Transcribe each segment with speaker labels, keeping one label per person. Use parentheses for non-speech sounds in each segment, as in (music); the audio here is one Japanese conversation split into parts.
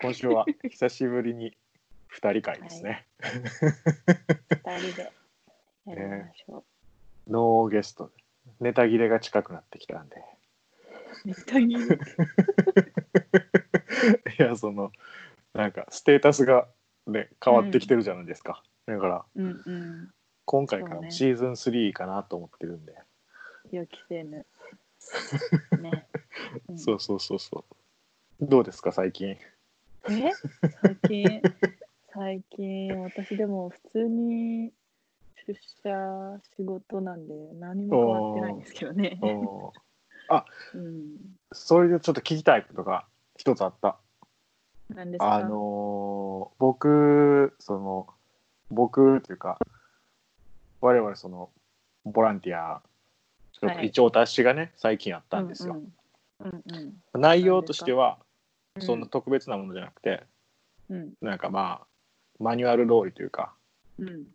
Speaker 1: 今週は久しぶりに2人会ですね。
Speaker 2: 二人でやりましょ
Speaker 1: ノーゲストで。ネタ切れが近くなってきたんで。 (laughs)
Speaker 2: う。ネタ切れ
Speaker 1: いや、その、なんかステータスがね、変わってきてるじゃないですか。だから、
Speaker 2: うんうん。
Speaker 1: 今回から
Speaker 2: そうね
Speaker 1: もシーズン3かなと思ってるんで。
Speaker 2: 予期
Speaker 1: (laughs)
Speaker 2: せぬ。ね。うん
Speaker 1: そうそうそうそう。どうですか、最
Speaker 2: (laughs)
Speaker 1: 近。
Speaker 2: え最近、最近、私でも普通に出社仕事なんで何も変わってないんですけどね。
Speaker 1: おー
Speaker 2: うん。
Speaker 1: それでちょっと聞きたいことが一つあった。
Speaker 2: 何ですか
Speaker 1: あのー僕その僕というか我々そのボランティアちょっと
Speaker 2: はい
Speaker 1: 一応達しがね最近あったんですよ。
Speaker 2: うんうん。うんうん
Speaker 1: 内容としては
Speaker 2: うん
Speaker 1: そんな特別なものじゃなくて、
Speaker 2: うん
Speaker 1: なんかまあマニュアル通りというか
Speaker 2: うん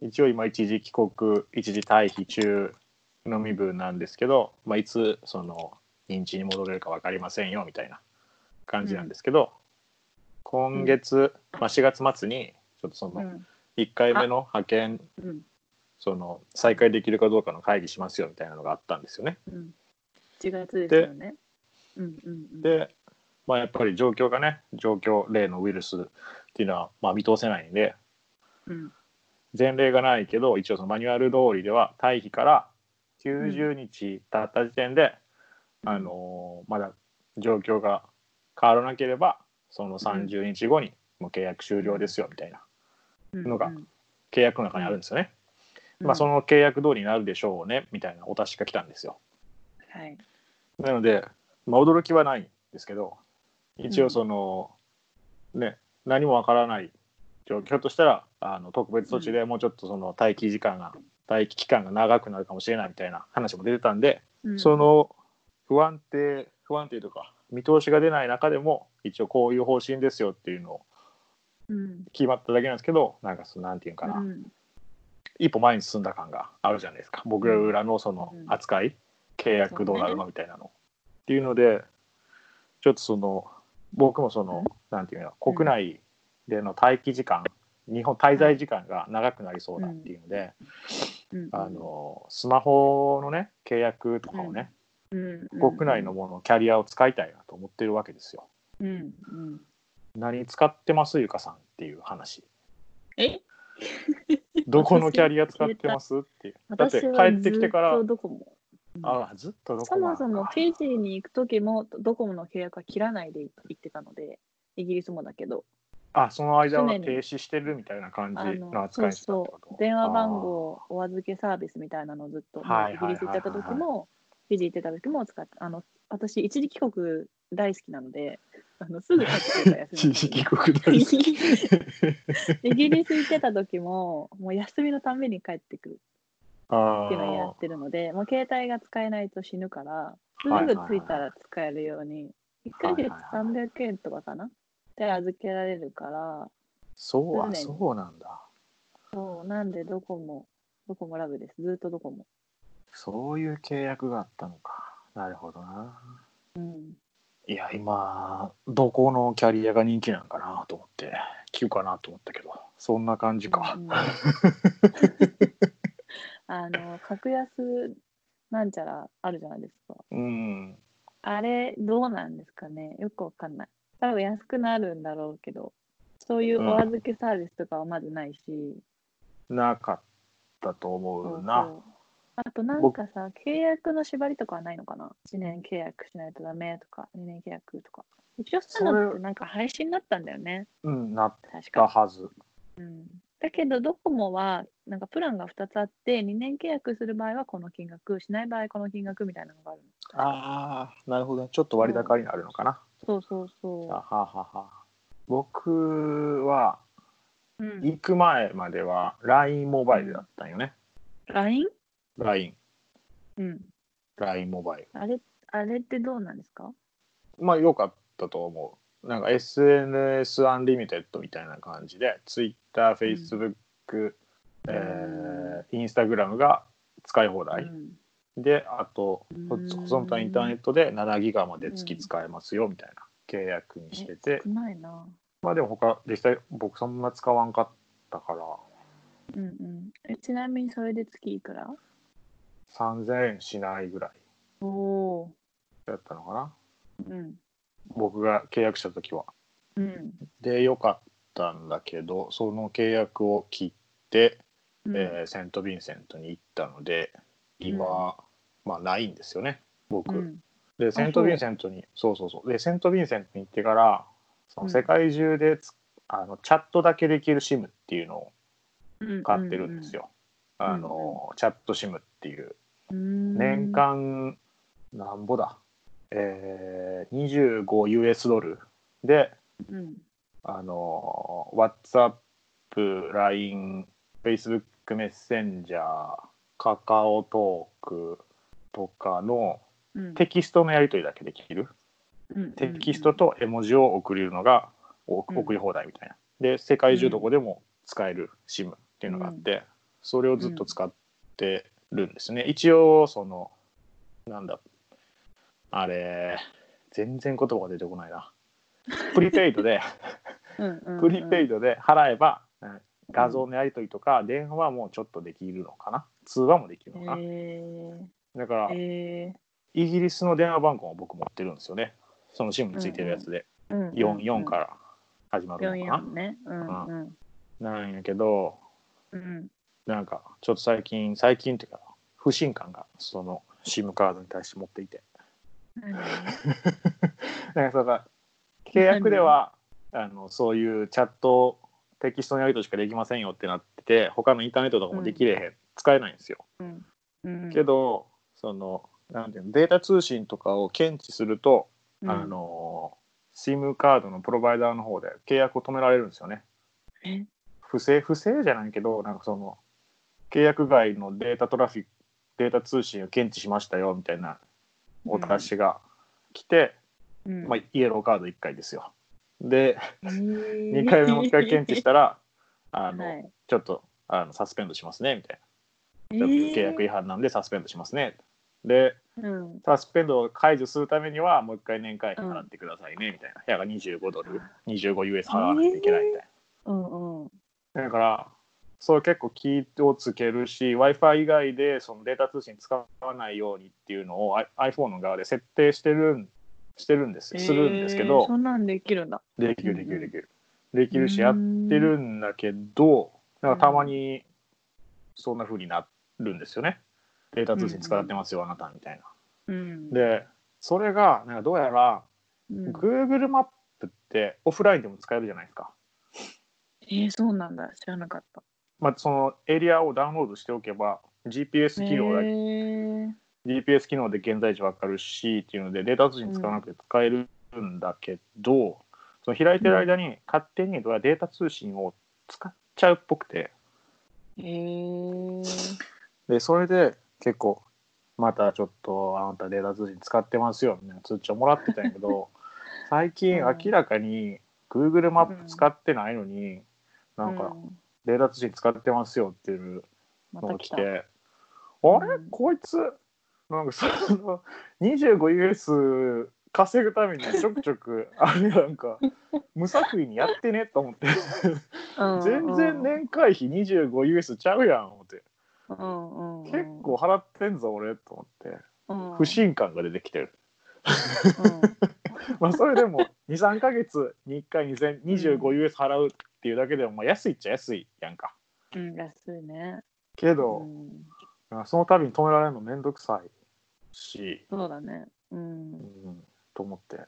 Speaker 1: 一応今一時帰国一時退避中の身分なんですけど、まあ、いつその認知に戻れるか分かりませんよみたいな感じなんですけど、今月、まあ、4月末にちょっとその、
Speaker 2: うん
Speaker 1: 1回目の派遣
Speaker 2: うん
Speaker 1: その再開できるかどうかの会議しますよみたいなのがあったんですよね。
Speaker 2: うん。1月ですよね。うんうんうん。
Speaker 1: で、まあ、やっぱり状況がね状況例のウイルスっていうのはまあ見通せないんで
Speaker 2: うん
Speaker 1: 前例がないけど一応そのマニュアル通りでは退避から90日経った時点で、あのーまだ状況が変わらなければその30日後にもう契約終了ですよみたいなのが
Speaker 2: うん
Speaker 1: 契約の中にあるんですよね。
Speaker 2: うん
Speaker 1: まあ、その契約通りになるでしょうねみたいなお達しが来たんですよ。
Speaker 2: はい。
Speaker 1: なので、まあ、驚きはないんですけど一応その、ね何もわからない状況ひょっとしたらあの特別措置でもうちょっとその待機時間が、待機期間が長くなるかもしれないみたいな話も出てたんで、
Speaker 2: うん
Speaker 1: その不安定不安定というか見通しが出ない中でも一応こういう方針ですよっていうのを
Speaker 2: うん
Speaker 1: 決まっただけなんですけどなんかそのなんていうかな、
Speaker 2: うん
Speaker 1: 一歩前に進んだ感があるじゃないですか僕らのその
Speaker 2: うん
Speaker 1: 扱い、契約どうなるのみたいなの、っていうのでちょっとその僕もその、なんていうの国内での待機時間、日本滞在時間が長くなりそうだっていうので、
Speaker 2: うん
Speaker 1: あのスマホのね契約とかをね、
Speaker 2: うん
Speaker 1: 国内のものキャリアを使いたいなと思ってるわけですよ。
Speaker 2: うんうん
Speaker 1: 何使ってますゆかさんっていう
Speaker 2: (laughs)
Speaker 1: 話
Speaker 2: え
Speaker 1: どこのキャリア使ってますっていうだって
Speaker 2: 私
Speaker 1: 帰
Speaker 2: は
Speaker 1: ってきてか
Speaker 2: ず
Speaker 1: ら
Speaker 2: っとドコモ
Speaker 1: あずっとどこ
Speaker 2: そもそもフ
Speaker 1: 契
Speaker 2: ィジーに行く時もドコモの契約は切らないで行ってたのでイギリスもだけど
Speaker 1: あその間は
Speaker 2: 常に
Speaker 1: 停止してるみたいな感
Speaker 2: あ
Speaker 1: じの
Speaker 2: の
Speaker 1: 扱い
Speaker 2: そ
Speaker 1: うしてたってこ
Speaker 2: そ
Speaker 1: と
Speaker 2: う電話番号お預けサービスみたいなのをずっと
Speaker 1: はい
Speaker 2: イギ
Speaker 1: はいはいはい
Speaker 2: リス行ってた時もフィジー行ってた時も使ってあの私一時帰国大好きなのであのすぐ帰ってくるから
Speaker 1: あー
Speaker 2: 休み
Speaker 1: 地
Speaker 2: の日
Speaker 1: 域国 (laughs)
Speaker 2: にイ
Speaker 1: 大
Speaker 2: (laughs)
Speaker 1: 好き
Speaker 2: ギリスイギリス行ってた時ももう休みのために帰ってくる
Speaker 1: あ
Speaker 2: っていうのをやってるのでもう携帯が使えないと死ぬからすぐ着いたら使えるように1ヶ月300円とかかなで預けられるから
Speaker 1: ーそうあ
Speaker 2: 常に
Speaker 1: そうなんだ
Speaker 2: そうなんでどこもどこもラブですずっとどこも
Speaker 1: そういう契約があったのかなるほどな
Speaker 2: うん
Speaker 1: いや今どこのキャリアが人気なんかなと思って聞くかなと思ったけどそんな感じか、
Speaker 2: (laughs) うんうんあの格安なんちゃらあるじゃないですか
Speaker 1: うん
Speaker 2: あれどうなんですかねよくわかんない。多分安くなるんだろうけど、そういうお預けサービスとかはまずないし、
Speaker 1: なかったと思
Speaker 2: そうう
Speaker 1: な
Speaker 2: そうあとなんかさ、契約の縛りとかはないのかな ?1 年契約しないとダメとか、2年契約とか。一応そういうのっ
Speaker 1: そ
Speaker 2: てなんか配信になったんだよね、
Speaker 1: うんなっ
Speaker 2: 確
Speaker 1: た
Speaker 2: か。
Speaker 1: はず
Speaker 2: うん、だけど、ドコモはなんかプランが2つあって、2年契約する場合はこの金額、しない場合はこの金額みたいなのがあるの。
Speaker 1: ああなるほどちょっと割高になるのかな
Speaker 2: そうそうそ
Speaker 1: あはあはあはあ僕は
Speaker 2: う。うん、
Speaker 1: 行く前までは LINE モバイルだったんよね。
Speaker 2: LINE?
Speaker 1: LINE、
Speaker 2: うん。
Speaker 1: LINE モバイル。
Speaker 2: あれ、あれってどうなんですか
Speaker 1: まあ良かったと思う。なんか SNS アンリミテッドみたいな感じで Twitter、Facebook、えー、Instagram が使い放題。
Speaker 2: うん
Speaker 1: で、あと
Speaker 2: うん
Speaker 1: そその他インターネットで7ギガまで月使えますよみたいな契約にして
Speaker 2: え
Speaker 1: て
Speaker 2: 少ないな。
Speaker 1: まあでも他実際僕そんな使わんかったから
Speaker 2: うんうん。えちなみにそれで月いくら
Speaker 1: 3000円しないぐらい
Speaker 2: おお
Speaker 1: だったのかな
Speaker 2: ー。うん。
Speaker 1: 僕が契約した時は。
Speaker 2: うん。
Speaker 1: でよかったんだけどその契約を切って、
Speaker 2: うん
Speaker 1: えーセント・ヴィンセントに行ったので今、まあないんですよね僕。
Speaker 2: うん
Speaker 1: でセント・ヴィンセントにそうそうそうでセント・ヴィンセントに行ってからその世界中でつあのチャットだけできる SIM っていうのを買ってるんです。よ。
Speaker 2: んうん
Speaker 1: あのチャット SIM っていう
Speaker 2: うん
Speaker 1: 年。間なんぼだ、えー、25US ドルで
Speaker 2: うん。
Speaker 1: あの WhatsApp、LINE、Facebook メッセンジャー、カカオトークとかの
Speaker 2: うん
Speaker 1: テキストのやり取りだけできる。テキスト。と絵文字を送るのがお
Speaker 2: うん
Speaker 1: 送り放題みたいな。で世界中どこでも使える SIM っていうのがあって、それをずっと使ってるんですね。一応そのなんだあれ全然言葉が出てこないな。プリペイドで
Speaker 2: うんうんうんうん
Speaker 1: プリペイドで払えばうん画像のやり取りとか電話もちょっとできるのかな通話もできるのかな
Speaker 2: え
Speaker 1: だから
Speaker 2: ーえ
Speaker 1: イギリスの電話番号を僕持ってるんですよねそのシムについてるやつで
Speaker 2: ーうん。
Speaker 1: 44から始まるのか
Speaker 2: 44ね。うんうん
Speaker 1: ななんやけど
Speaker 2: うん。
Speaker 1: なんかちょっと最近最近っていうか不信感がその SIM カードに対して持っていてなんかその契約ではあのそういうチャットテキストのやり取りしかできませんよってなってて他のインターネットとかもできれへん、使えないんですよ
Speaker 2: うんうん。
Speaker 1: けどそのなんていうのデータ通信とかを検知すると、
Speaker 2: うん、
Speaker 1: あの SIM カードのプロバイダーの方で契約を止められるんですよね。
Speaker 2: え
Speaker 1: 不正不正じゃないけどなんかその契約外のデータトラフィックデータ通信を検知しましたよみたいなお達しが来て、
Speaker 2: うん、
Speaker 1: まあ、イエローカード1回ですよ。で
Speaker 2: 2
Speaker 1: 2回目もう1回検知した
Speaker 2: (laughs)
Speaker 1: らあの、
Speaker 2: はい
Speaker 1: ちょっとあのサスペンドしますねみたい
Speaker 2: え
Speaker 1: な契約違反なんでサスペンドしますね。で
Speaker 2: うん、
Speaker 1: サスペンドを解除するためにはもう一回年会費払ってくださいね、みたいな。やが25ドル、25US 払わないといけないみたい
Speaker 2: うんうん
Speaker 1: な。だから、それ結構気をつけるし、Wi-Fi 以外でそのデータ通信使わないようにっていうのを I- iPhone の側で設定してるんしてるんですするんですけ
Speaker 2: えー
Speaker 1: ど
Speaker 2: そ、んなんできるんだ
Speaker 1: できるできるできる。できるし、
Speaker 2: うん
Speaker 1: やってるんだけど、なんかたまにそんな風になるんですよね。データ通信使ってますよ、あなたみたいな。
Speaker 2: うん
Speaker 1: で、それが、なんかどうやら、
Speaker 2: うん
Speaker 1: Google マップってオフラインでも使えるじゃないですか。
Speaker 2: えー、そうなんだ知らなかった
Speaker 1: まあ、そのエリアをダウンロードしておけば GPS 機能だ、
Speaker 2: えー
Speaker 1: GPS 機能で現在地わかるしっていうのでデータ通信使わなくて使えるんだけど、その開いてる間に勝手にどうやらデータ通信を使っちゃうっぽくて
Speaker 2: えー
Speaker 1: でそれで結構またちょっとあなたデータ通信使ってますよみたいな通知をもらってたんやけ
Speaker 2: (laughs)
Speaker 1: ど最近
Speaker 2: うん
Speaker 1: 明らかに Google マップ使ってないのに、なんか
Speaker 2: うん
Speaker 1: データ通信使ってますよっていう
Speaker 2: ま
Speaker 1: の
Speaker 2: た
Speaker 1: が
Speaker 2: 来
Speaker 1: 来
Speaker 2: た
Speaker 1: て、
Speaker 2: うん
Speaker 1: あれこいつなんかその (laughs) 25US 稼ぐためにちょくちょく (laughs) あれなんか無作為にやってねと思って
Speaker 2: うん
Speaker 1: 全然年会費 25US ちゃうやん思って
Speaker 2: うんうんうん
Speaker 1: 結構払ってんぞ俺と思って
Speaker 2: うん
Speaker 1: 不信感が出てきてる (laughs)
Speaker 2: うん
Speaker 1: まあそれでも23か月に1回 2025US 払うっていうだけでもまあ安いっちゃ安いやんか
Speaker 2: うん安いね
Speaker 1: け
Speaker 2: う
Speaker 1: ど、
Speaker 2: ん
Speaker 1: なんかその度に止められるのめんどくさいし
Speaker 2: そうだねうん
Speaker 1: うんと思って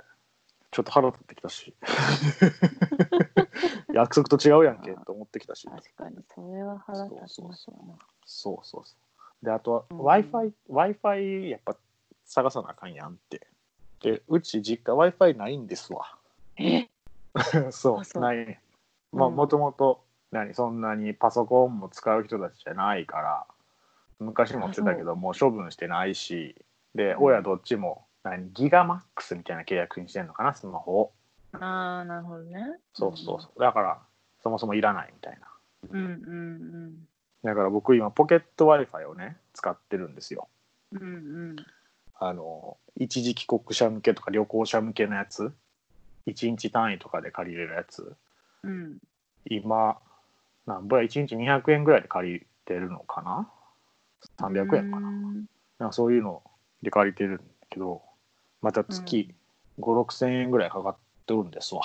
Speaker 1: ちょっと腹立ってきたし (laughs) 約束と違うやんけと思ってきたし
Speaker 2: 確かにそれは腹立ちますわな
Speaker 1: そうそうそうであと
Speaker 2: うん
Speaker 1: w i f i w i f i やっぱ探さなあかんやんってでうち実家 w i f i ないんですわ (laughs)
Speaker 2: え
Speaker 1: そう
Speaker 2: あそう
Speaker 1: ないねまあ
Speaker 2: うん
Speaker 1: もともと何そんなにパソコンも使う人たちじゃないから昔持ってたけどもう処分してないしで
Speaker 2: うん
Speaker 1: 親どっちも何ギガマックスみたいな契約にしてんのかなスマホを
Speaker 2: ああなるほどね
Speaker 1: そうそうそうだからそもそもいらないみたいな
Speaker 2: うんうん
Speaker 1: だから僕今ポケット w i f i をね使ってるんですよ
Speaker 2: うんうんうん
Speaker 1: あの一時帰国者向けとか旅行者向けのやつ1日単位とかで借りれるやつ
Speaker 2: うん。
Speaker 1: 今なんぼや1日200円ぐらいで借りてるのかな300円かな,、
Speaker 2: うん
Speaker 1: なんかそういうので借りてるんだけどまた月56000円ぐらいかかっとるんですわ。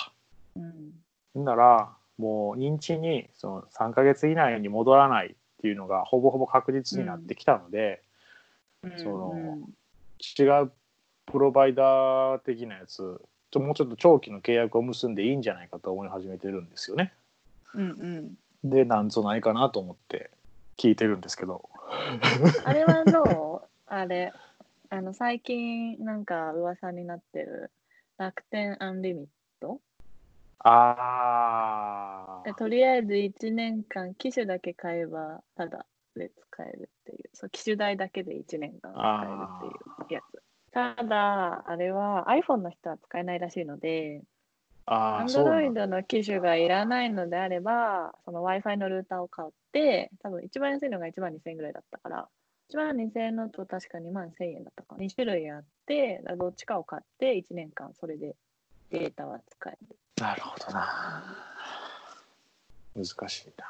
Speaker 2: うん。
Speaker 1: ほんならもう認知にその3ヶ月以内に戻らないっていうのがほぼほぼ確実になってきたので、その
Speaker 2: うん
Speaker 1: 違うプロバイダー的なやつちょもうちょっと長期の契約を結んでいいんじゃないかと思い始めてるんですよね。
Speaker 2: うんうん。
Speaker 1: でなんぞないかなと思って聞いてるんですけど
Speaker 2: あれはどうあれ。あの、最近、なんか、噂になってる、楽天アンリミット。
Speaker 1: あ
Speaker 2: えとりあえず1年間、機種だけ買えば、ただで使えるっていう。そう、機種代だけで1年間使えるっていうやつ。ただ、あれは iPhone の人は使えないらしいので、
Speaker 1: あ
Speaker 2: アン
Speaker 1: ー
Speaker 2: ド
Speaker 1: そう
Speaker 2: ロ
Speaker 1: な
Speaker 2: イ
Speaker 1: んだ
Speaker 2: ドの機種がいらないのであれば、その Wi-Fi のルーターを買って、多分一番安いのが1万2000円ぐらいだったから、1万2000円のと確か2万1000円だったから、2種類あって、どっちかを買って1年間それでデータは使える。
Speaker 1: なるほどな難しいな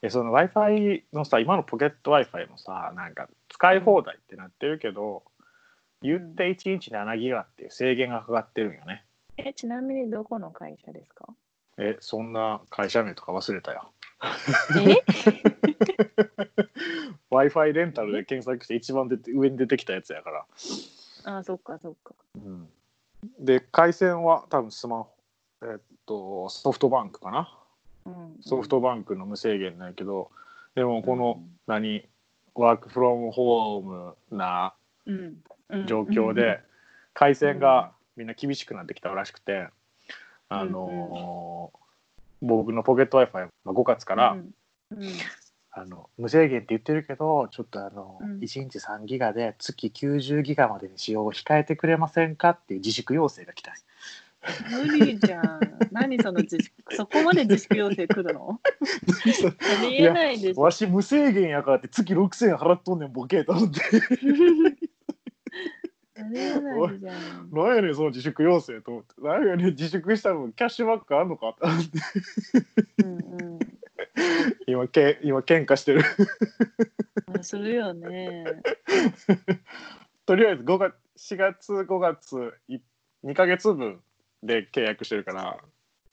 Speaker 1: えその w i f i のさ今のポケット w i f i もさなんか使い放題ってなってるけど、言って1日7ギガっていう制限がかかってるんよね
Speaker 2: え、ちなみにどこの会社ですか
Speaker 1: えそんな会社名とか忘れたよ
Speaker 2: え
Speaker 1: w i f i レンタルで検索して一番出て上に出てきたやつやから、
Speaker 2: あ、そっかそっか。
Speaker 1: うん、で回線は多分スマホえっとソフトバンクかな
Speaker 2: うん、
Speaker 1: ソフトバンクの無制限なんやけどでもこの
Speaker 2: うん
Speaker 1: 何ワークフロムホームな
Speaker 2: うんうん
Speaker 1: 状況で回線がみんな厳しくなってきたらしくてあのー僕のポケット w i f i 5月から、
Speaker 2: うんうん
Speaker 1: あの無制限って言ってるけどちょっとあの、
Speaker 2: う
Speaker 1: 1
Speaker 2: ん
Speaker 1: 日3ギガで月90ギガまでに使用を控えてくれませんかっていう自粛要請が来た
Speaker 2: 無理じゃん。何その自粛、そこまで自粛要請来るのありえないでしょ。
Speaker 1: わし無制限やからって月6000円払っとんねんボケと思って (laughs)
Speaker 2: ありえないじゃん。
Speaker 1: 何やねんその自粛要請と思って何やねん自粛した分キャッシュバックあんのかって (laughs) 思って
Speaker 2: うんうん
Speaker 1: 今け今喧嘩してる
Speaker 2: まあ。するよね。
Speaker 1: とりあえず5月4月5月2ヶ月分で契約してるから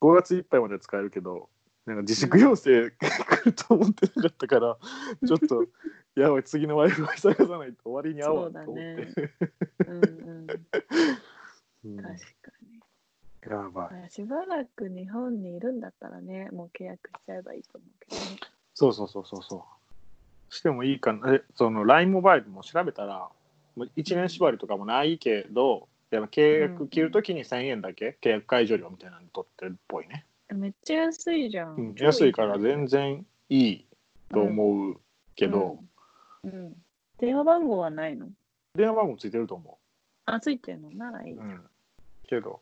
Speaker 1: 5月いっぱいまで使えるけどなんか自粛要請 (laughs) 来ると思ってなかったからちょっとやばい次の w i f i 探さないと終わりに合
Speaker 2: そ
Speaker 1: わ
Speaker 2: うん
Speaker 1: と
Speaker 2: だ
Speaker 1: 思って、
Speaker 2: ね。うんうん。確
Speaker 1: うん
Speaker 2: か
Speaker 1: やばい
Speaker 2: に。しばらく日本にいるんだったらね、もう契約しちゃえばいいと思うけどね。
Speaker 1: そうそうそうそうそう。してもいいかな。えその LINE モバイルも調べたら、もう1年縛りとかもないけど、でも契約切るときに1000円だけ契約解除料みたいなの取ってるっぽいね。
Speaker 2: めっちゃ安いじゃん。
Speaker 1: うん、安いから全
Speaker 2: 然
Speaker 1: 然いいと思うけど、。
Speaker 2: うんうん電話番号はないの
Speaker 1: 電話番号ついてると思。
Speaker 2: あ、ついてるのならいいう
Speaker 1: う。ん、けど、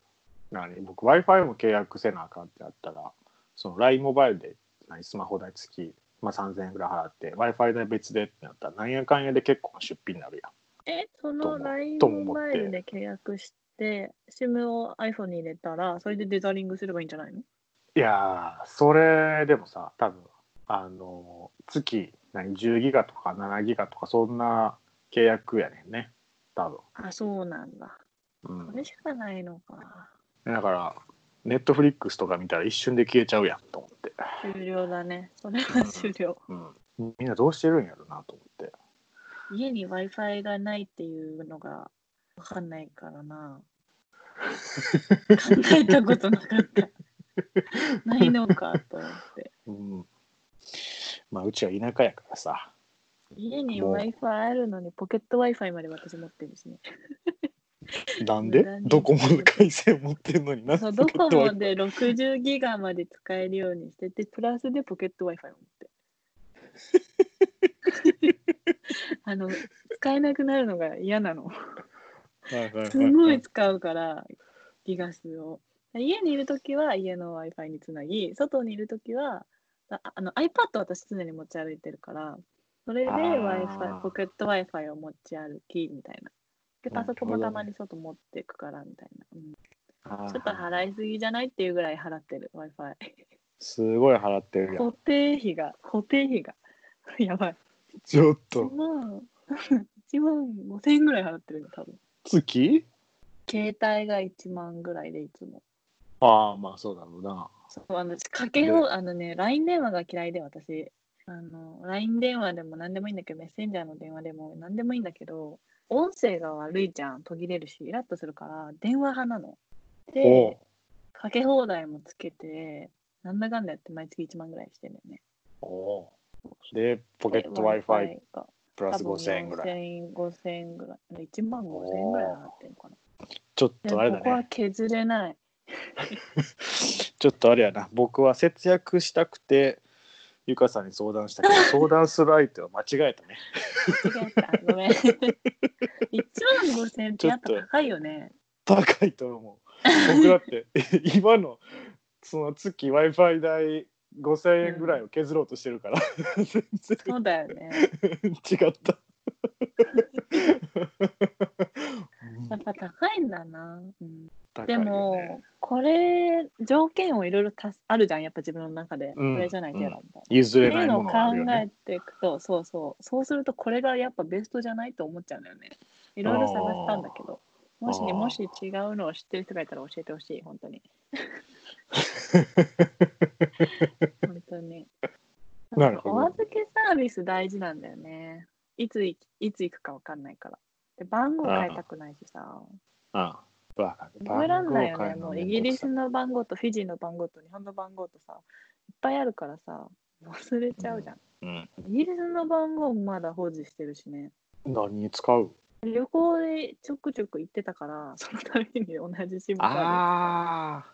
Speaker 1: 何僕 Wi-Fi も契約せなあかんってあったら、その LINE モバイルで何スマホ代付き、まあ、3000円ぐらい払って Wi-Fi 代別でってなったらなんやかんやで結構な出費になるやん。
Speaker 2: え、そ
Speaker 1: とも
Speaker 2: の LINE
Speaker 1: とも思
Speaker 2: モ
Speaker 1: って
Speaker 2: バイルで契約して、SIM を iPhone に入れたら、それでデザリングすればいいんじゃないの
Speaker 1: いやーそれでもさ多分あのー月何10ギガとか7ギガとかそんな契約やねんね多
Speaker 2: あ、そうなんだ。
Speaker 1: 分、
Speaker 2: そうれしかないのか。
Speaker 1: ん、だからネットフリックスとか見たら一瞬で消えちゃうやんと思って、
Speaker 2: 終了だね。それは終
Speaker 1: (laughs)
Speaker 2: 了。
Speaker 1: うん、みんなどうしてるんやろなと思って
Speaker 2: 家に Wi-Fi がないっていうのがわかんないか
Speaker 1: (laughs)
Speaker 2: らな。考えたことなかった。ないのかと思って。
Speaker 1: うんまあうちは田舎やからさ
Speaker 2: 家に
Speaker 1: もう
Speaker 2: Wi-Fi あるのにポケット Wi-Fi まで私持って
Speaker 1: (laughs)
Speaker 2: るしね。
Speaker 1: なんで
Speaker 2: 無駄に
Speaker 1: ドコモの回線持ってんのにな
Speaker 2: そう
Speaker 1: ぜ
Speaker 2: ド (laughs) コ
Speaker 1: か
Speaker 2: モで60ギガまで使えるようにしてて、プラスでポケット Wi-Fi を
Speaker 1: (laughs)
Speaker 2: 持って。あの使えなくなるのが嫌なの。
Speaker 1: はいはは
Speaker 2: すごい使うからギガ数を家にいる時は家の w i f i につなぎ外にいる時はああの iPad を私常に持ち歩いてるからそれで
Speaker 1: あ
Speaker 2: w i f
Speaker 1: ー
Speaker 2: i ポケット w i f i を持ち歩きみたいなで
Speaker 1: な
Speaker 2: パ
Speaker 1: るほどね
Speaker 2: ソコンもたまに外持っていくからみたいな、うん
Speaker 1: はい
Speaker 2: ちょっと払いすぎじゃないっていうぐらい払ってる w i f i
Speaker 1: すごい払ってるやん
Speaker 2: 固定費が固定費が (laughs) やばい
Speaker 1: ちょっ
Speaker 2: 1
Speaker 1: と
Speaker 2: 万1万5000円ぐらい払ってるの多分
Speaker 1: 月
Speaker 2: 携帯が1万ぐらいでいつも
Speaker 1: ああまあそうだろうな
Speaker 2: そう私かけようあのね LINE 電話が嫌いで私あの LINE 電話でも何でもいいんだけどメッセンジャーの電話でも何でもいいんだけど音声が悪いじゃん途切れるしイラッとするから電話派なの
Speaker 1: おう
Speaker 2: でかけ放題もつけてなんだかんだやって毎月1万ぐらいしてんだよね
Speaker 1: おうでポ
Speaker 2: ポ
Speaker 1: ケット w i f i
Speaker 2: が
Speaker 1: プラス5000円ぐらい
Speaker 2: い5000円ぐらい1万5000円ぐらい払ってるのかな
Speaker 1: ちょっとあれ
Speaker 2: で
Speaker 1: だ
Speaker 2: ここは
Speaker 1: ね
Speaker 2: 削れない
Speaker 1: ちょっとあれやな僕は節約したくてゆかさんに相談したけ
Speaker 2: (laughs)
Speaker 1: ど相談する相手を間違えたね
Speaker 2: 間違えた
Speaker 1: (laughs)
Speaker 2: ごめん1万5000円ってやっぱ高いよね
Speaker 1: 高いと思う僕だって (laughs) 今のその月 w i f i 代5000円ぐらいを削ろうとしてるから、全
Speaker 2: そうだよね。
Speaker 1: 然違った
Speaker 2: やっぱ高いんだな。うん、
Speaker 1: 高い
Speaker 2: (laughs) で
Speaker 1: よね
Speaker 2: も、これ条件をいろいろ足すあるじゃんやっぱ自分の中で、
Speaker 1: うん
Speaker 2: これじゃないとやだみたいな。
Speaker 1: 譲
Speaker 2: って
Speaker 1: れ
Speaker 2: い
Speaker 1: な
Speaker 2: う
Speaker 1: い
Speaker 2: の
Speaker 1: も
Speaker 2: を
Speaker 1: の
Speaker 2: 考
Speaker 1: はあるよね
Speaker 2: えていくとそうそうそうするとこれがやっぱベストじゃないと思っちゃうんだよね。いろいろ探したんだけどもし
Speaker 1: あー
Speaker 2: ねもし違うのを知ってる人がいたら教えてほしい本
Speaker 1: (laughs)
Speaker 2: 当に。本当に。
Speaker 1: なるほど
Speaker 2: お預けサービス大事なんだよね。いついいつ行くかわかんないから。で番号変えたくないしさ。
Speaker 1: ああわかる
Speaker 2: 覚えらんないよね。
Speaker 1: 番
Speaker 2: も
Speaker 1: 号
Speaker 2: う
Speaker 1: 変えるのめ
Speaker 2: イギ
Speaker 1: んど
Speaker 2: リ
Speaker 1: くさ
Speaker 2: ス
Speaker 1: い
Speaker 2: の番号とフィジーの番号と日本の番号とさ、いっぱいあるからさ、忘れちゃうじゃん。
Speaker 1: うん、
Speaker 2: イギリスの番号もまだ保持してるしね。
Speaker 1: 何に使う
Speaker 2: 旅行でちょくちょく行ってたから、そのたびに同じシムカード
Speaker 1: ああ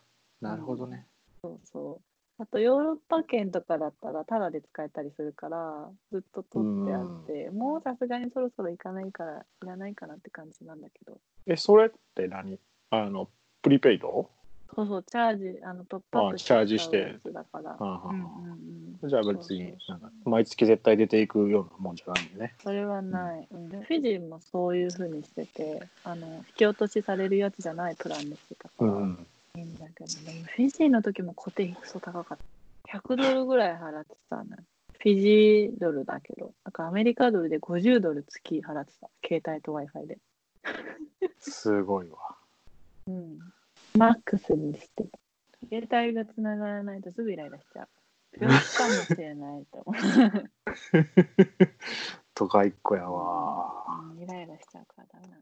Speaker 1: なるほどね、
Speaker 2: そうそう。あとヨーロッパ圏とかだったらタダで使えたりするからずっと取ってあって、もうさすがにそろそろ行かないからいらないかなって感じなんだけど
Speaker 1: えそれって何あのプリペイド、
Speaker 2: そうそうチャージあのトップアップ
Speaker 1: あチャージして
Speaker 2: 使うやつだから
Speaker 1: はあはあ
Speaker 2: うんうんうん
Speaker 1: じゃあ別に
Speaker 2: そ
Speaker 1: な
Speaker 2: うんそう
Speaker 1: か毎月絶対出ていくようなもんじゃないんでね
Speaker 2: それはない、うんフィジーもそういうふうにしててあの引き落としされるやつじゃないプランにしてたから、
Speaker 1: うん
Speaker 2: いいんだけどでもフィジーの時も固定費クソ高かった100ドルぐらい払ってたなフィジードルだけどなんかアメリカドルで50ドル月払ってた携帯と w i f i で、
Speaker 1: すごいわ
Speaker 2: うん、マックスにしてた携帯が繋がらないとすぐイライラしちゃう病気かもしれないと (laughs) 思
Speaker 1: 都会っ子やわ
Speaker 2: う、うんイライラしちゃうからダメなんだよね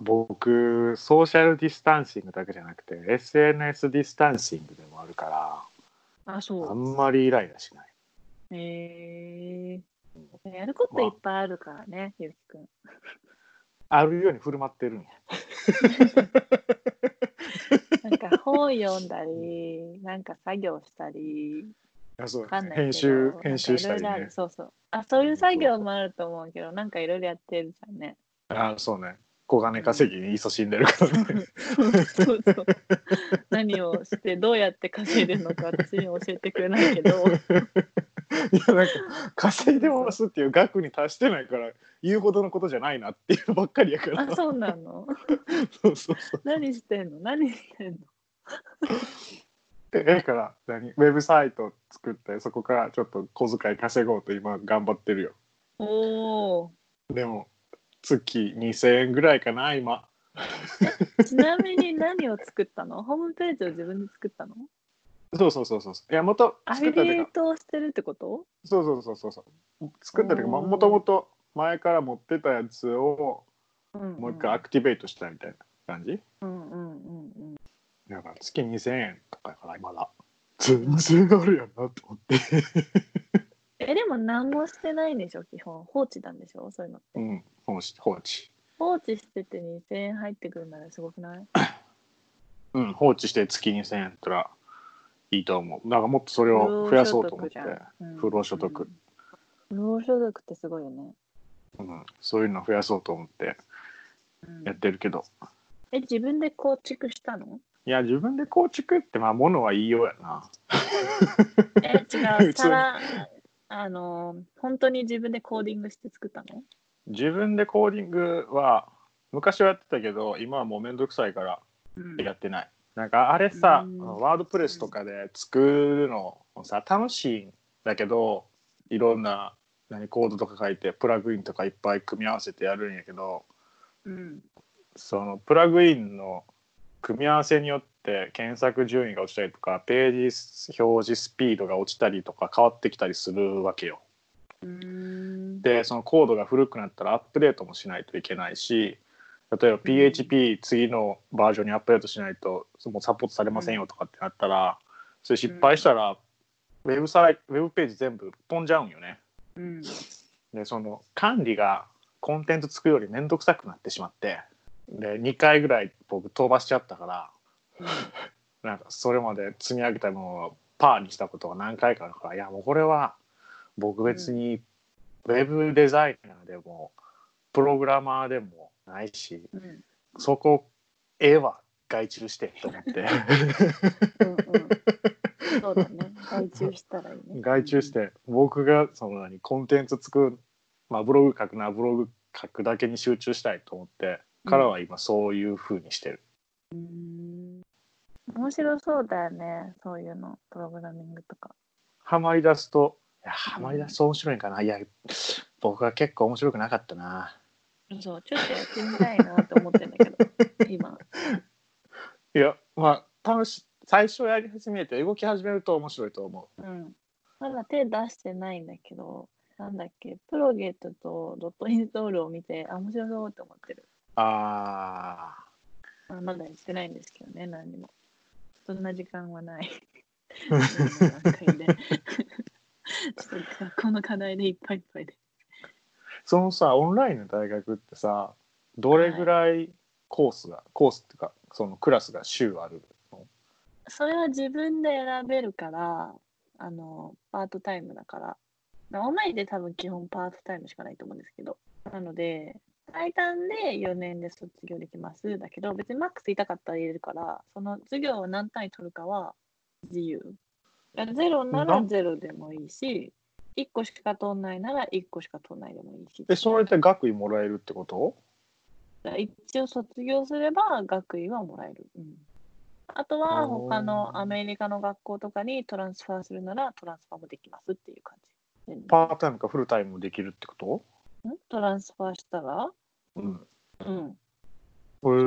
Speaker 1: 僕ソーシャルディスタンシングだけじゃなくて SNS ディスタンシングでもあるか
Speaker 2: あ
Speaker 1: らあ
Speaker 2: そ
Speaker 1: んまりイライラしないう
Speaker 2: へえやることいっぱいあるからね、ゆうき
Speaker 1: (laughs)
Speaker 2: くん
Speaker 1: あるように振る舞ってるんや
Speaker 2: なんか本読んだりなんか作業したり
Speaker 1: あそう
Speaker 2: わかんないけど
Speaker 1: 編集編集したり
Speaker 2: なんかい
Speaker 1: ね
Speaker 2: ろいろあるそうそうあそういう作業もあると思うけどなんかいろいろやってるじゃ
Speaker 1: (laughs)
Speaker 2: んね
Speaker 1: あそうね小金稼ぎに勤しんでるからね
Speaker 2: そうそう何をしてどうやって稼いでるのか私に教えてくれない
Speaker 1: (laughs)
Speaker 2: けど
Speaker 1: いやなんか稼いでますっていう額に達してないから言うほどのことじゃないなっていうのばっかりやから
Speaker 2: あそうなの
Speaker 1: そうそうそう
Speaker 2: 何してんの何してんの
Speaker 1: えだから何ウェブサイト作ってそこからちょっと小遣い稼ごうと今頑張ってるよ
Speaker 2: おお
Speaker 1: でも月2000円ぐらいかな今
Speaker 2: ちなみに何を作ったのホームページを自分で作ったの
Speaker 1: そうそうそうそういやもと
Speaker 2: アフ
Speaker 1: 作
Speaker 2: ィ
Speaker 1: った
Speaker 2: リ
Speaker 1: 時
Speaker 2: エ
Speaker 1: か
Speaker 2: イトをしてるってこと
Speaker 1: そうそうそうそうそう作った時
Speaker 2: おー
Speaker 1: もともと前から持ってたやつをも
Speaker 2: も
Speaker 1: う一回アクティベートしたみたいな感じ、
Speaker 2: うんうんうんうん
Speaker 1: だから月2000円とかやから今だ全然あるやんなと思って
Speaker 2: えでも何もしてないんでしょ基本放置なんでしょそういうの
Speaker 1: うん放置放置
Speaker 2: 放置してて2000円入ってくるならすごくない
Speaker 1: うん放置して月2000円やったらいいと思うだからもっとそれを増やそうと思って
Speaker 2: 不労所得じゃ
Speaker 1: 不労所得、
Speaker 2: んうんうん不労所得ってすごいよね、
Speaker 1: うん、そういうの増やそうと思って
Speaker 2: うん
Speaker 1: やってるけど、
Speaker 2: え自分で構築し
Speaker 1: (laughs)
Speaker 2: たの
Speaker 1: いや自分で構築ってまあものは言いようやな
Speaker 2: え
Speaker 1: 普
Speaker 2: 違う
Speaker 1: 通に
Speaker 2: 皿あの本当に自分でコーディングして作ったの
Speaker 1: 自分でコーディングは昔はやってたけど今はもうめんどくさいから
Speaker 2: うん
Speaker 1: やってない、なんかあれさ、
Speaker 2: うん
Speaker 1: ワードプレスとかで作るのもさ楽しいんだけどいろんな何コードとか書いてプラグインとかいっぱい組み合わせてやるんやけど
Speaker 2: うん。
Speaker 1: そのプラグインの組み合わせによって検索順位が落ちたりとかページ表示スピードが落ちたりとか変わってきたりするわけよ。
Speaker 2: うーん。
Speaker 1: でそのコードが古くなったらアップデートもしないといけないし例えば PHP 次のバージョンにアップデートしないともうサポートされませんよとかってなったらそれ失敗したらウェブサイウェブページ全部飛んじゃうんよね。
Speaker 2: うん。
Speaker 1: でその管理がコンテンツ作るより面倒くさくなってしまってで2回ぐらい僕飛ばしちゃったからなんかそれまで積み上げたものをパーにしたことが何回かあるからいやもうこれは僕別にウェブデザイナーでもプログラマーでもないし
Speaker 2: うん。うん。
Speaker 1: そこ絵は外注してと思って
Speaker 2: うん。そうだね。外注したらいいね。
Speaker 1: 外注し。て僕がその何コンテンツ作る、まあ、ブログ書くなブログ書くだけに集中したいと思ってからは今そういう風にしてる。
Speaker 2: うーん。面白そうだよね。そういうの。プログラミングとか。
Speaker 1: ハマり出すといやハマり出すと面白いんかないや僕は結構面白くなかったな。
Speaker 2: そう、ちょっとやってみたいなって思ってんだ (laughs) けど、今。
Speaker 1: いやまあ楽し最初やり始めて動き始めると面白いと思
Speaker 2: うん。まだ手出してないんだけど、なんだっけ、プロゲートとドットインストールを見て、あ、面白そうって思ってる。
Speaker 1: うあ
Speaker 2: まあ、まだやってないんですけどね、何にも。そんな時間は (laughs) ない。
Speaker 1: ー
Speaker 2: 段階 (laughs) でちょっと学校の課題でいっぱいいっぱいで。
Speaker 1: そのさオンラインの大学ってさどれぐらいコースが、コースっていうかそのクラスが週あるの
Speaker 2: それは自分で選べるから、あの、パートタイムだから。まあオンラインで多分基本パートタイムしかないと思うんですけど。なので、最短で4年で卒業できます。だけど、別にマックス痛かったら入れるから、その授業を何単位取るかは自由。だからゼロならゼロでもいいし、1個しか取んないなら1個しか取んないでもいいし。
Speaker 1: でそれで学位もらえるってこと
Speaker 2: だから一応卒業すれば学位はもらえる、うん、あとは
Speaker 1: おー
Speaker 2: 他のアメリカの学校とかにトランスファーするならトランスファーもできますっていう感じ、うん
Speaker 1: パートタイムかフルタイムもできるってこ
Speaker 2: んトランスファーしたら
Speaker 1: とうん
Speaker 2: うん
Speaker 1: へ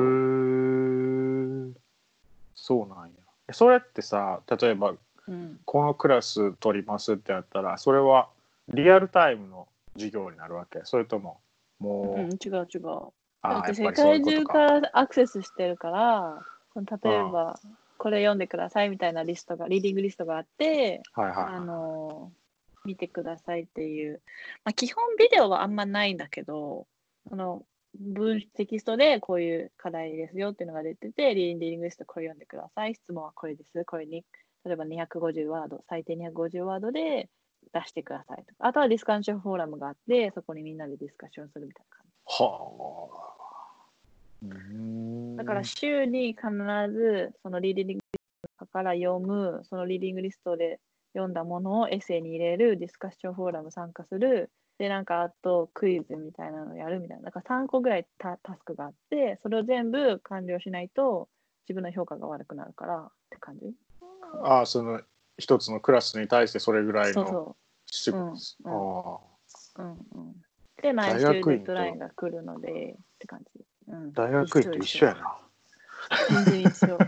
Speaker 1: えそうなんやえそれってさ例えば
Speaker 2: うん
Speaker 1: このクラス取りますってなったらそれはリアルタイムの授業になるわけそれとももう、
Speaker 2: うん、違う違うだ
Speaker 1: あ
Speaker 2: っ
Speaker 1: あや
Speaker 2: て
Speaker 1: っぱ
Speaker 2: 世
Speaker 1: りそういうこと
Speaker 2: 界中か
Speaker 1: から
Speaker 2: アクセスしてるからその例えばこれ読んでくださいみたいなリストがリーディングリストがあって
Speaker 1: はいはいはい
Speaker 2: あの見てくださいっていう、まあ、基本ビデオはあんまないんだけどその文テキストでこういう課題ですよっていうのが出ててリーディングリストこれ読んでください質問はこれですこれに例えば250ワード最低250ワードで出してくださいとかあとはディスカッションフォーラムがあってそこにみんなでディスカッションするみたいな感じ
Speaker 1: はあうーん
Speaker 2: だから週に必ずそのリーディングリストから読む、そのリーディングリストで読んだものをエッセイに入れる、ディスカッションフォーラム参加する、で、なんかあとクイズみたいなのやるみたいな、だから3個ぐらいタタスクがあって、それを全部完了しないと自分の評価が悪くなるからって感じ。
Speaker 1: ああその一つのクラスに対してそれぐらい
Speaker 2: そう
Speaker 1: の
Speaker 2: そ
Speaker 1: 仕
Speaker 2: うんうん
Speaker 1: ああ
Speaker 2: う。うんうん、で、毎週デ
Speaker 1: 大学院と
Speaker 2: ッドラインが来るのでって感じ。うん、
Speaker 1: 大学院と一緒や。な
Speaker 2: 全然
Speaker 1: (laughs)
Speaker 2: 一緒。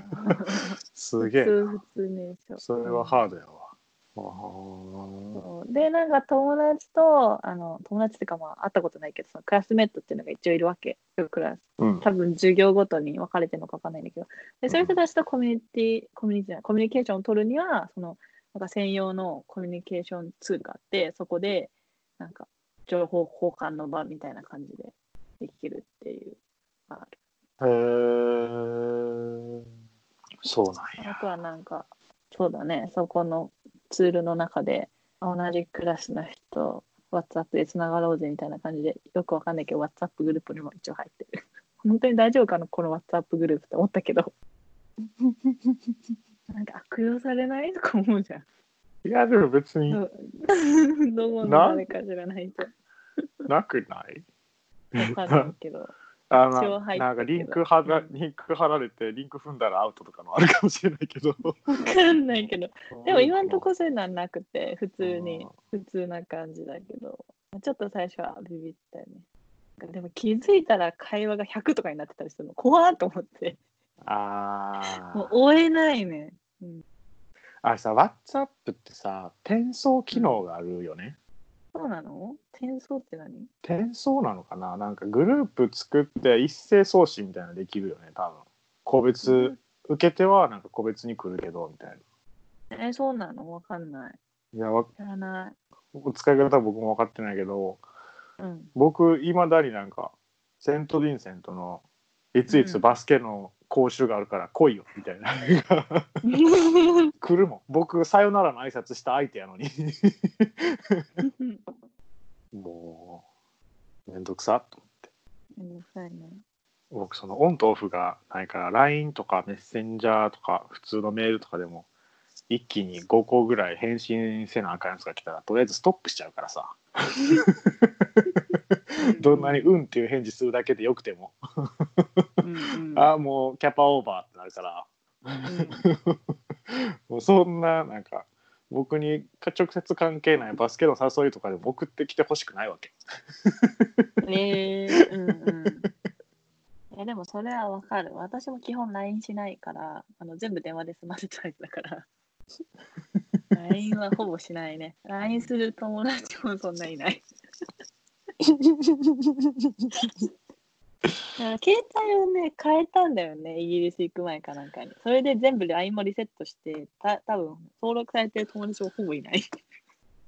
Speaker 1: すげえな
Speaker 2: 普通普通に一緒。
Speaker 1: それはハードやわあ
Speaker 2: そうでなんか友達とあの友達っていうかまあ会ったことないけどそのクラスメートっていうのが一応いるわけよクラス
Speaker 1: あうん
Speaker 2: 多分授業ごとに分かれてるのか分かんないんだけどでそういう人たちとコミュニティコミュニティじゃないコミュニケーションを取るにはそのなんか専用のコミュニケーションツールがあってそこでなんか情報交換の場みたいな感じでできるっていうのがある
Speaker 1: へえそうなん
Speaker 2: あ
Speaker 1: や
Speaker 2: とはなんか、そうだね、そこのツールの中で、同じクラスの人、WhatsApp でつながろうぜみたいな感じで、よくわかんないけど、WhatsApp グループにも一応入ってる。 (laughs) 本当に大丈夫かな、この WhatsApp グループって思ったけど。 (laughs) なんか悪用されないとか思うじゃん。
Speaker 1: いやでも別に
Speaker 2: どこの誰か知らないと。
Speaker 1: なくない
Speaker 2: わかんないけど。
Speaker 1: あ
Speaker 2: 一応入
Speaker 1: のな
Speaker 2: ってるけど
Speaker 1: んかリンク貼らリンク貼られてリンク踏んだらアウトとかのあるかもしれないけど
Speaker 2: わかんないけど。 (laughs) でも今んとこそういうのはなくて、普通に、普通な感じだけど、ちょっと最初はビビったよね。なんかでも気づいたら会話が100とかになってたりするの怖っと思って
Speaker 1: あ
Speaker 2: もう
Speaker 1: ー
Speaker 2: 追えないね
Speaker 1: あれさ WhatsApp ってさ転送機能があるよね
Speaker 2: そうなの転送って何
Speaker 1: 転送なのかななんかグループ作って一斉送信みたいなのできるよね多分個別、
Speaker 2: うん
Speaker 1: 受け手はなんか個別に来るけどみたいな
Speaker 2: えそうなのわかんない
Speaker 1: いやわ
Speaker 2: 知らない
Speaker 1: 使い方僕も分かってないけど (laughs)
Speaker 2: うん (laughs)
Speaker 1: 僕いまだになんかセント・ヴィンセントのいついつバスケの講習があるから来いよみたいな、 (laughs) 来るもん僕さよならの挨拶した相手やのに (laughs) もうめんどくさと思って
Speaker 2: めんどくさいね
Speaker 1: 僕そのオンとオフがないから LINE とかメッセンジャーとか普通のメールとかでも一気に5個ぐらい返信せなあかんやつが来たらとりあえずストップしちゃうからさどんなに「うん」っていう返事するだけでよくても
Speaker 2: うんうん
Speaker 1: ああもうキャパオーバーってなるからもうそんななんか僕に直接関係ないバスケの誘いとかでも送ってきてほしくないわけ
Speaker 2: うんえーうんうんいやでもそれはわかる私も基本 LINE しないからあの全部電話で済ませちゃうだから LINE はほぼしないね LINE する友達もそんないないなんか携帯をね変えたんだよねイギリス行く前かなんかにそれで全部 LINE もリセットしてた多分登録されてる友達もほぼいない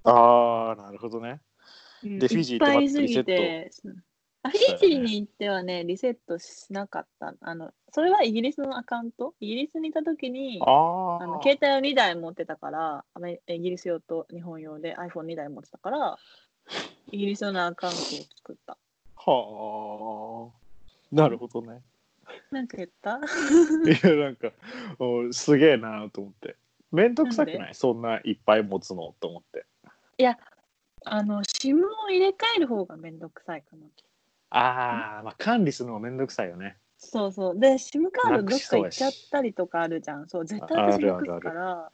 Speaker 1: ああなるほどね
Speaker 2: で
Speaker 1: フィジー
Speaker 2: いっ
Speaker 1: とか
Speaker 2: ぱ
Speaker 1: って
Speaker 2: い
Speaker 1: リ
Speaker 2: い
Speaker 1: セ
Speaker 2: す
Speaker 1: ット
Speaker 2: ぎてあフィジーに行ってはねリセットしなかったあのそれはイギリスのアカウントイギリスにいた時に
Speaker 1: ああ
Speaker 2: あの携帯を2台持ってたからアメイギリス用と日本用で iPhone2 台持ってたからイギリス用のアカウントを作った
Speaker 1: はあなるほど
Speaker 2: (laughs)
Speaker 1: ね
Speaker 2: なんか言った
Speaker 1: いやなんかおすげえなと思って面倒くさく
Speaker 2: な
Speaker 1: ないそんないっぱい持つのと思って
Speaker 2: あの SIM を入れ替える方がめんどくさいかな
Speaker 1: ああまあ管理するのも面倒くさいよね
Speaker 2: そうそうで SIM カードどっか行
Speaker 1: な
Speaker 2: っちゃっ
Speaker 1: くしそうやした
Speaker 2: りとかあるじゃんそう絶対
Speaker 1: あ
Speaker 2: 私
Speaker 1: あるあ
Speaker 2: な
Speaker 1: る
Speaker 2: くすから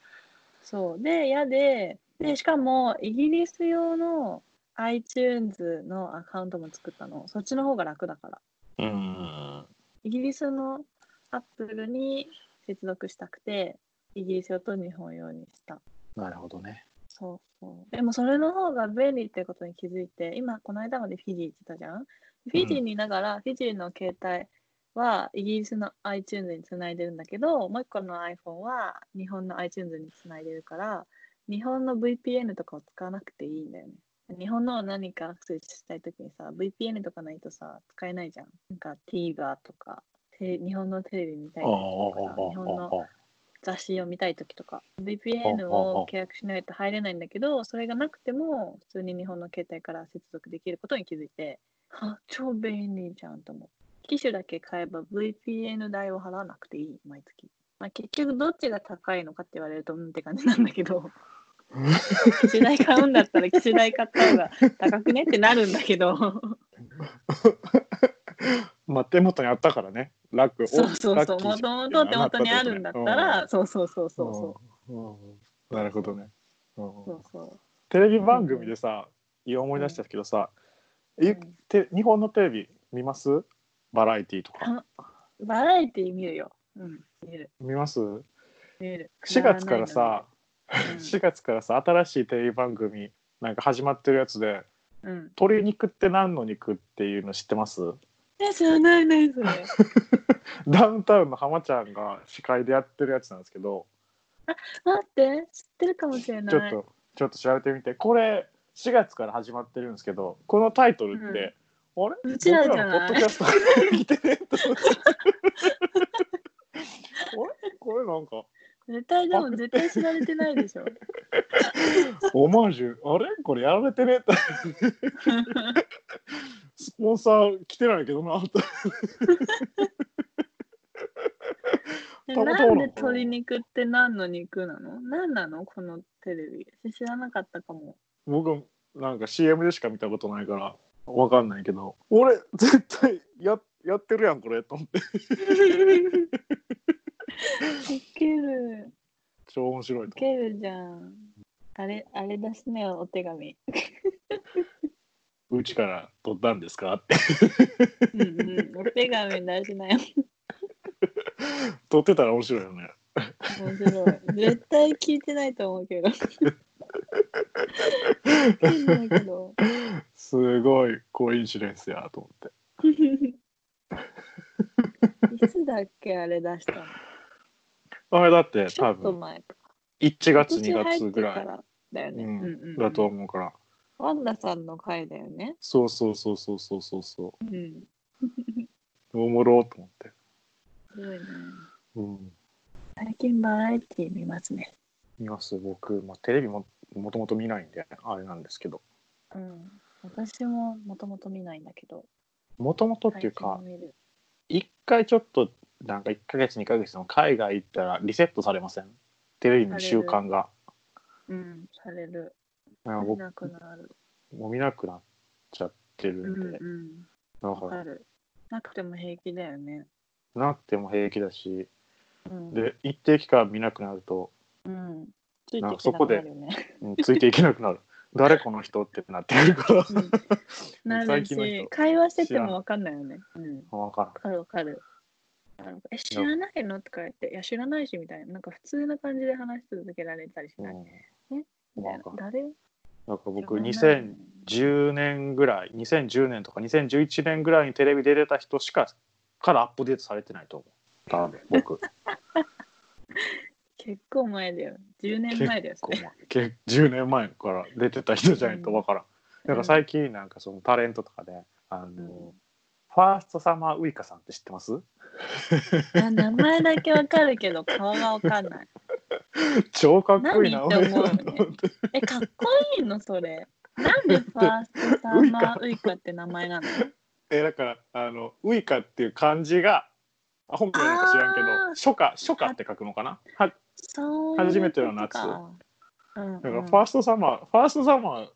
Speaker 2: そうで嫌ででしかもイギリス用の iTunes のアカウントも作ったのそっちの方が楽だから
Speaker 1: うん
Speaker 2: イギリスの Apple に接続したくてイギリス用と日本用にした
Speaker 1: なるほどね
Speaker 2: そうそうでもそれの方が便利ってことに気づいて今この間までフィジー行ってたじゃんフィジーにいながら、フィジーの携帯はイギリスの iTunes につないでるんだけどもう一個の iPhone は日本の iTunes につないでるから日本の VPN とかを使わなくていいんだよね日本の何かアクセスしたい時にさ VPN とかないとさ使えないじゃんなんか TVer とかテレ日本のテレビ見たい時とかさ日本の雑誌を見たい時とか VPN を契約しないと入れないんだけどそれがなくても普通に日本の携帯から接続できることに気づいてあ超便利じゃんと思う機種だけ買えば VPN 代を払わなくていい毎月、まあ、結局どっちが高いのかって言われるとうんって感じなんだけど機種代買うんだったら機種代買った方が高くねってなるんだけど
Speaker 1: まあ手元にあったからね楽
Speaker 2: そうそうそう
Speaker 1: も
Speaker 2: もともと手元にあるんだったらそうそうそうそうそう
Speaker 1: うんうんなるほどね、うん
Speaker 2: そうそう
Speaker 1: テレビ番組でさ、いや思い出したけどさ、
Speaker 2: う
Speaker 1: え
Speaker 2: ん
Speaker 1: て日本のテレビ見ますバラエティーとか
Speaker 2: あバラエティ見るよ。うん、見る。
Speaker 1: 見ます
Speaker 2: 見る。
Speaker 1: 4月からさ、
Speaker 2: 知
Speaker 1: 4月からさ新しいテレビ番組なんか始まってるやつで
Speaker 2: らないのに、うん。うん
Speaker 1: 「鶏肉って何の肉?」っていうの知ってます
Speaker 2: え、知らないね、それ。
Speaker 1: ダウンタウンの浜ちゃんが司会でやってるやつなんですけど
Speaker 2: 待って、知ってるかもしれない。
Speaker 1: ちょっとちょっと調べてみてこれ4月から始まってるんですけどこのタイトルって、あれ
Speaker 2: うちらじゃない
Speaker 1: 僕らのポッドキャストが来てねと思ってあれこれなんか
Speaker 2: 絶対でも絶対知られてないでしょ。
Speaker 1: オマージュあれこれやられてねってスポンサー来てないけどなと
Speaker 2: え
Speaker 1: たま
Speaker 2: な
Speaker 1: たまなの
Speaker 2: んで鶏肉って何の肉なの何なのこのテレビ。知らなかったかも。
Speaker 1: 僕なんか CM でしか見たことないからわかんないけど俺絶対ややってるやんこれと思って
Speaker 2: いける。
Speaker 1: 超面白い
Speaker 2: い
Speaker 1: と
Speaker 2: けるじゃん。あれ、あれだしね、お手紙。
Speaker 1: うちから取ったんですかって
Speaker 2: うんうん、お手紙出しなよ。
Speaker 1: 取ってたら面白いよね
Speaker 2: 面白い。絶対聞いてないと思うけど。聞いてないけど。
Speaker 1: すごいコインシデンスやと思って
Speaker 2: いつだっけ、あれ出したの。
Speaker 1: あれだって
Speaker 2: ちょ
Speaker 1: 多
Speaker 2: っと
Speaker 1: 分
Speaker 2: 前か。
Speaker 1: 1月2
Speaker 2: 今年入って
Speaker 1: 月ぐら
Speaker 2: か
Speaker 1: い
Speaker 2: だよね。
Speaker 1: う
Speaker 2: うんんうん、
Speaker 1: だと。思うから
Speaker 2: ワンダさんの回だよね。
Speaker 1: そうそうそうそうそうそうそ
Speaker 2: うん。
Speaker 1: うおもろーと思って、
Speaker 2: すごいね。
Speaker 1: うん、
Speaker 2: 最近バラエティ見ますね。
Speaker 1: 見ます僕、まあ、テレビももともと見ないんであれなんですけど
Speaker 2: うん。私ももともと見ないんだけど。
Speaker 1: もともとっていうか、
Speaker 2: 最近見る
Speaker 1: 一回ちょっとなんか1ヶ月2ヶ月の海外行ったらリセットされませんテレビの習慣が
Speaker 2: うん。される。
Speaker 1: なんか
Speaker 2: 見
Speaker 1: 僕
Speaker 2: なくなる。
Speaker 1: もう見なくなっちゃってる
Speaker 2: うん
Speaker 1: んで、
Speaker 2: うん。
Speaker 1: なん
Speaker 2: わか
Speaker 1: か
Speaker 2: る。なくても平気だよね。
Speaker 1: なくても平気だし
Speaker 2: うん。
Speaker 1: で一定期間見なくなると、
Speaker 2: うん。つい
Speaker 1: なん
Speaker 2: てい
Speaker 1: か
Speaker 2: け
Speaker 1: そ
Speaker 2: な
Speaker 1: こ
Speaker 2: く
Speaker 1: で
Speaker 2: なるよね。
Speaker 1: うんついていけなくなる誰この人ってなってくる
Speaker 2: (laughs)
Speaker 1: から
Speaker 2: うんなる
Speaker 1: 最近の人
Speaker 2: し、会話して
Speaker 1: 知
Speaker 2: て
Speaker 1: らん
Speaker 2: もわかんないよね。うん。
Speaker 1: 分からん
Speaker 2: わかるわかる。なんかえ、知らないのとか言って、いや、知らないしみたいな、なんか普通な感じで話し続けられたりし
Speaker 1: う
Speaker 2: ない。
Speaker 1: ん
Speaker 2: みたいな
Speaker 1: わかる
Speaker 2: 誰
Speaker 1: なんか僕
Speaker 2: 知らない
Speaker 1: 2010年ぐらい2010年とか2011年ぐらいにテレビ出てた人しかからアップデートされてないと思う多分僕
Speaker 2: 結構前だよ。10年前だよ。それ
Speaker 1: 結構 (laughs) 前け10年前から出てた人じゃないと分からん、なんか最近なんかそのタレントとかであの、
Speaker 2: うん
Speaker 1: ファーストサマーウイカさんって知ってます (laughs)
Speaker 2: あ名前だけわかるけど、顔がわかんない。
Speaker 1: 超かっこいいな
Speaker 2: 何って思うよね
Speaker 1: 俺と思って
Speaker 2: え、かっこいいのそれ。なんでファーストサマーウイカって名前
Speaker 1: (laughs)
Speaker 2: なの
Speaker 1: えだからあのウイカっていう漢字があ本名なんか知らんけど
Speaker 2: あー
Speaker 1: 初夏初夏って書くのかなは
Speaker 2: そう
Speaker 1: 初めての夏
Speaker 2: かうんうん、
Speaker 1: だからファーストサマー、ファーストサマー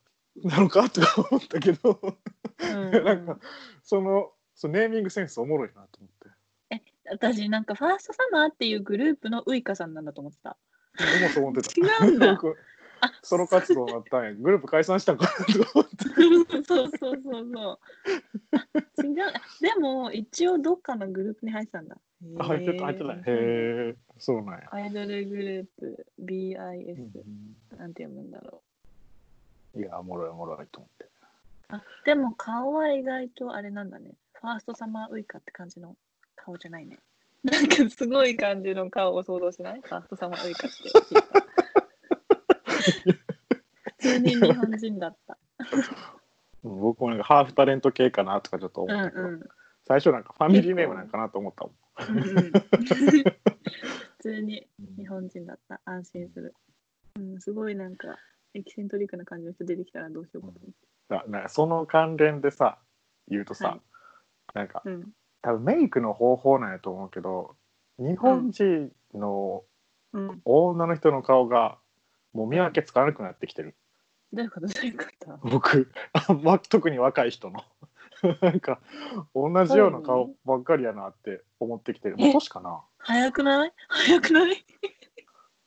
Speaker 1: なのかとか思ったけど、
Speaker 2: うんうん
Speaker 1: なんかそのそのネーミングセンスおもろいなと思っ
Speaker 2: 私なんかファーストサマーっていうグループのウイカさんなんだと思ってた。
Speaker 1: て、僕もそう思ってた。
Speaker 2: 違うんだ
Speaker 1: (laughs) 僕
Speaker 2: あ
Speaker 1: ソロ活動だったんや、グループ解散したんかなとか
Speaker 2: (laughs)
Speaker 1: 思って。
Speaker 2: (laughs) そうそうそうそう。あ違う。でも一応どっかのグループに入ってたんだ。
Speaker 1: あ入ってた、入ってた。へ
Speaker 2: へえ。
Speaker 1: え、そうなんや。
Speaker 2: アイドルグループ BIS、
Speaker 1: うん
Speaker 2: なんて読むんだろ
Speaker 1: いや、おもろいおもろいと思って。
Speaker 2: う。あでも顔は意外とあれなんだね。ファーストサマーウイカって感じの顔じゃないね。なんかすごい感じの顔を想像しないファーストサマーウイカって聞いた。 (laughs) 普通に日本人だった。
Speaker 1: うん僕もなんかハーフタレント系かなとかちょっと
Speaker 2: う
Speaker 1: 思
Speaker 2: ん
Speaker 1: ったけど、
Speaker 2: うん。
Speaker 1: 最初なんかファミリーネームなんかなと思ったもん。
Speaker 2: うんうん普通に日本人だった安心する、うん、すごいなんかエキセントリックな感じの人出てきたらどうしようかと思
Speaker 1: ななんかその関連でさ、言うとさ、
Speaker 2: はい
Speaker 1: なんか
Speaker 2: って、
Speaker 1: 多分メイクの方法なんやと思うけど日本人の
Speaker 2: うんうん、ど
Speaker 1: 女の人の顔がもう見分けつかなくなってきてる
Speaker 2: ういうことどういうこと
Speaker 1: 僕 (laughs) あ、ま、特に若い人の (laughs) なんか同じような顔ばっかりやなって思ってきてる、まあ、
Speaker 2: え
Speaker 1: 年かな
Speaker 2: 早くない早くない
Speaker 1: い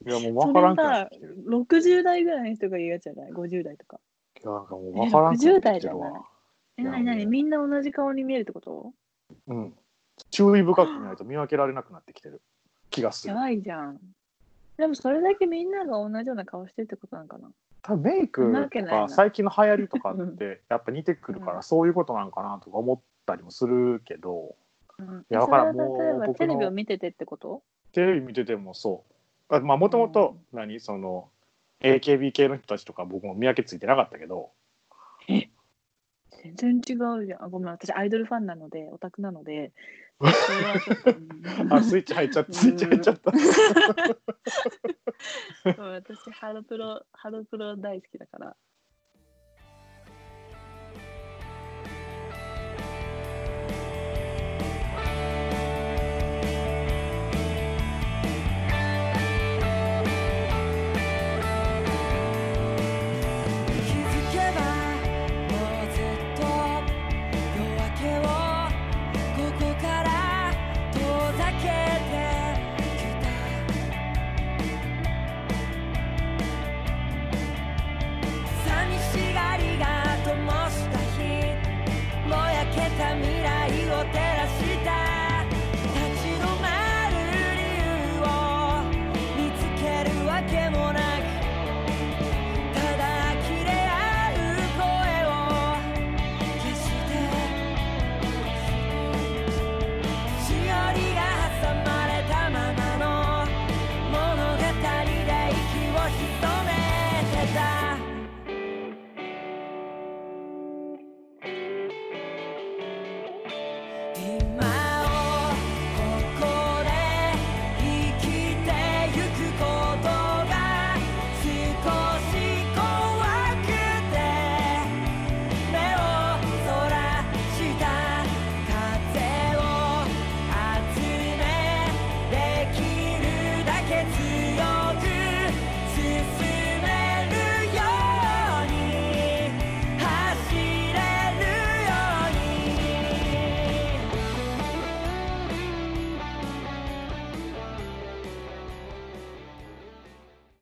Speaker 1: やもう分
Speaker 2: そ
Speaker 1: から
Speaker 2: れ
Speaker 1: んくなっ
Speaker 2: さ
Speaker 1: てきてる
Speaker 2: (laughs) 60代ぐらいの人が言うやつじゃない50代とか
Speaker 1: いやなんかもう分からんくなってきてる
Speaker 2: え60代じゃない
Speaker 1: わ
Speaker 2: え
Speaker 1: いや
Speaker 2: なになに
Speaker 1: もう
Speaker 2: みんな同じ顔に見えるってこと
Speaker 1: うん注意深く見ないと見分けられなくなってきてる気がす
Speaker 2: や
Speaker 1: る
Speaker 2: ばいじゃんでもそれだけみんなが同じような顔してるってことなのかな
Speaker 1: 多分メイ
Speaker 2: そんなわ
Speaker 1: ク
Speaker 2: け
Speaker 1: と
Speaker 2: ない
Speaker 1: か
Speaker 2: な
Speaker 1: 最近の流行りとかってやっぱ似てくるか
Speaker 2: う
Speaker 1: ら
Speaker 2: ん
Speaker 1: そういうことなんかなとか思ったりもするけど、
Speaker 2: うん、
Speaker 1: やわからん
Speaker 2: それは例え
Speaker 1: もう
Speaker 2: ば
Speaker 1: 僕
Speaker 2: テ
Speaker 1: の
Speaker 2: レビを見ててってこと
Speaker 1: テレビ見ててもそうあまあもともと何その AKB 系の人たちとか僕も見分けついてなかったけど
Speaker 2: 全然違うじゃん。あごめん、私アイドルファンなので、オタクなので。それはちょっとうん
Speaker 1: あスイッチ入っちゃったスイッチ入っちゃった
Speaker 2: そう私、ハロプロ、ハロプロ大好きだから、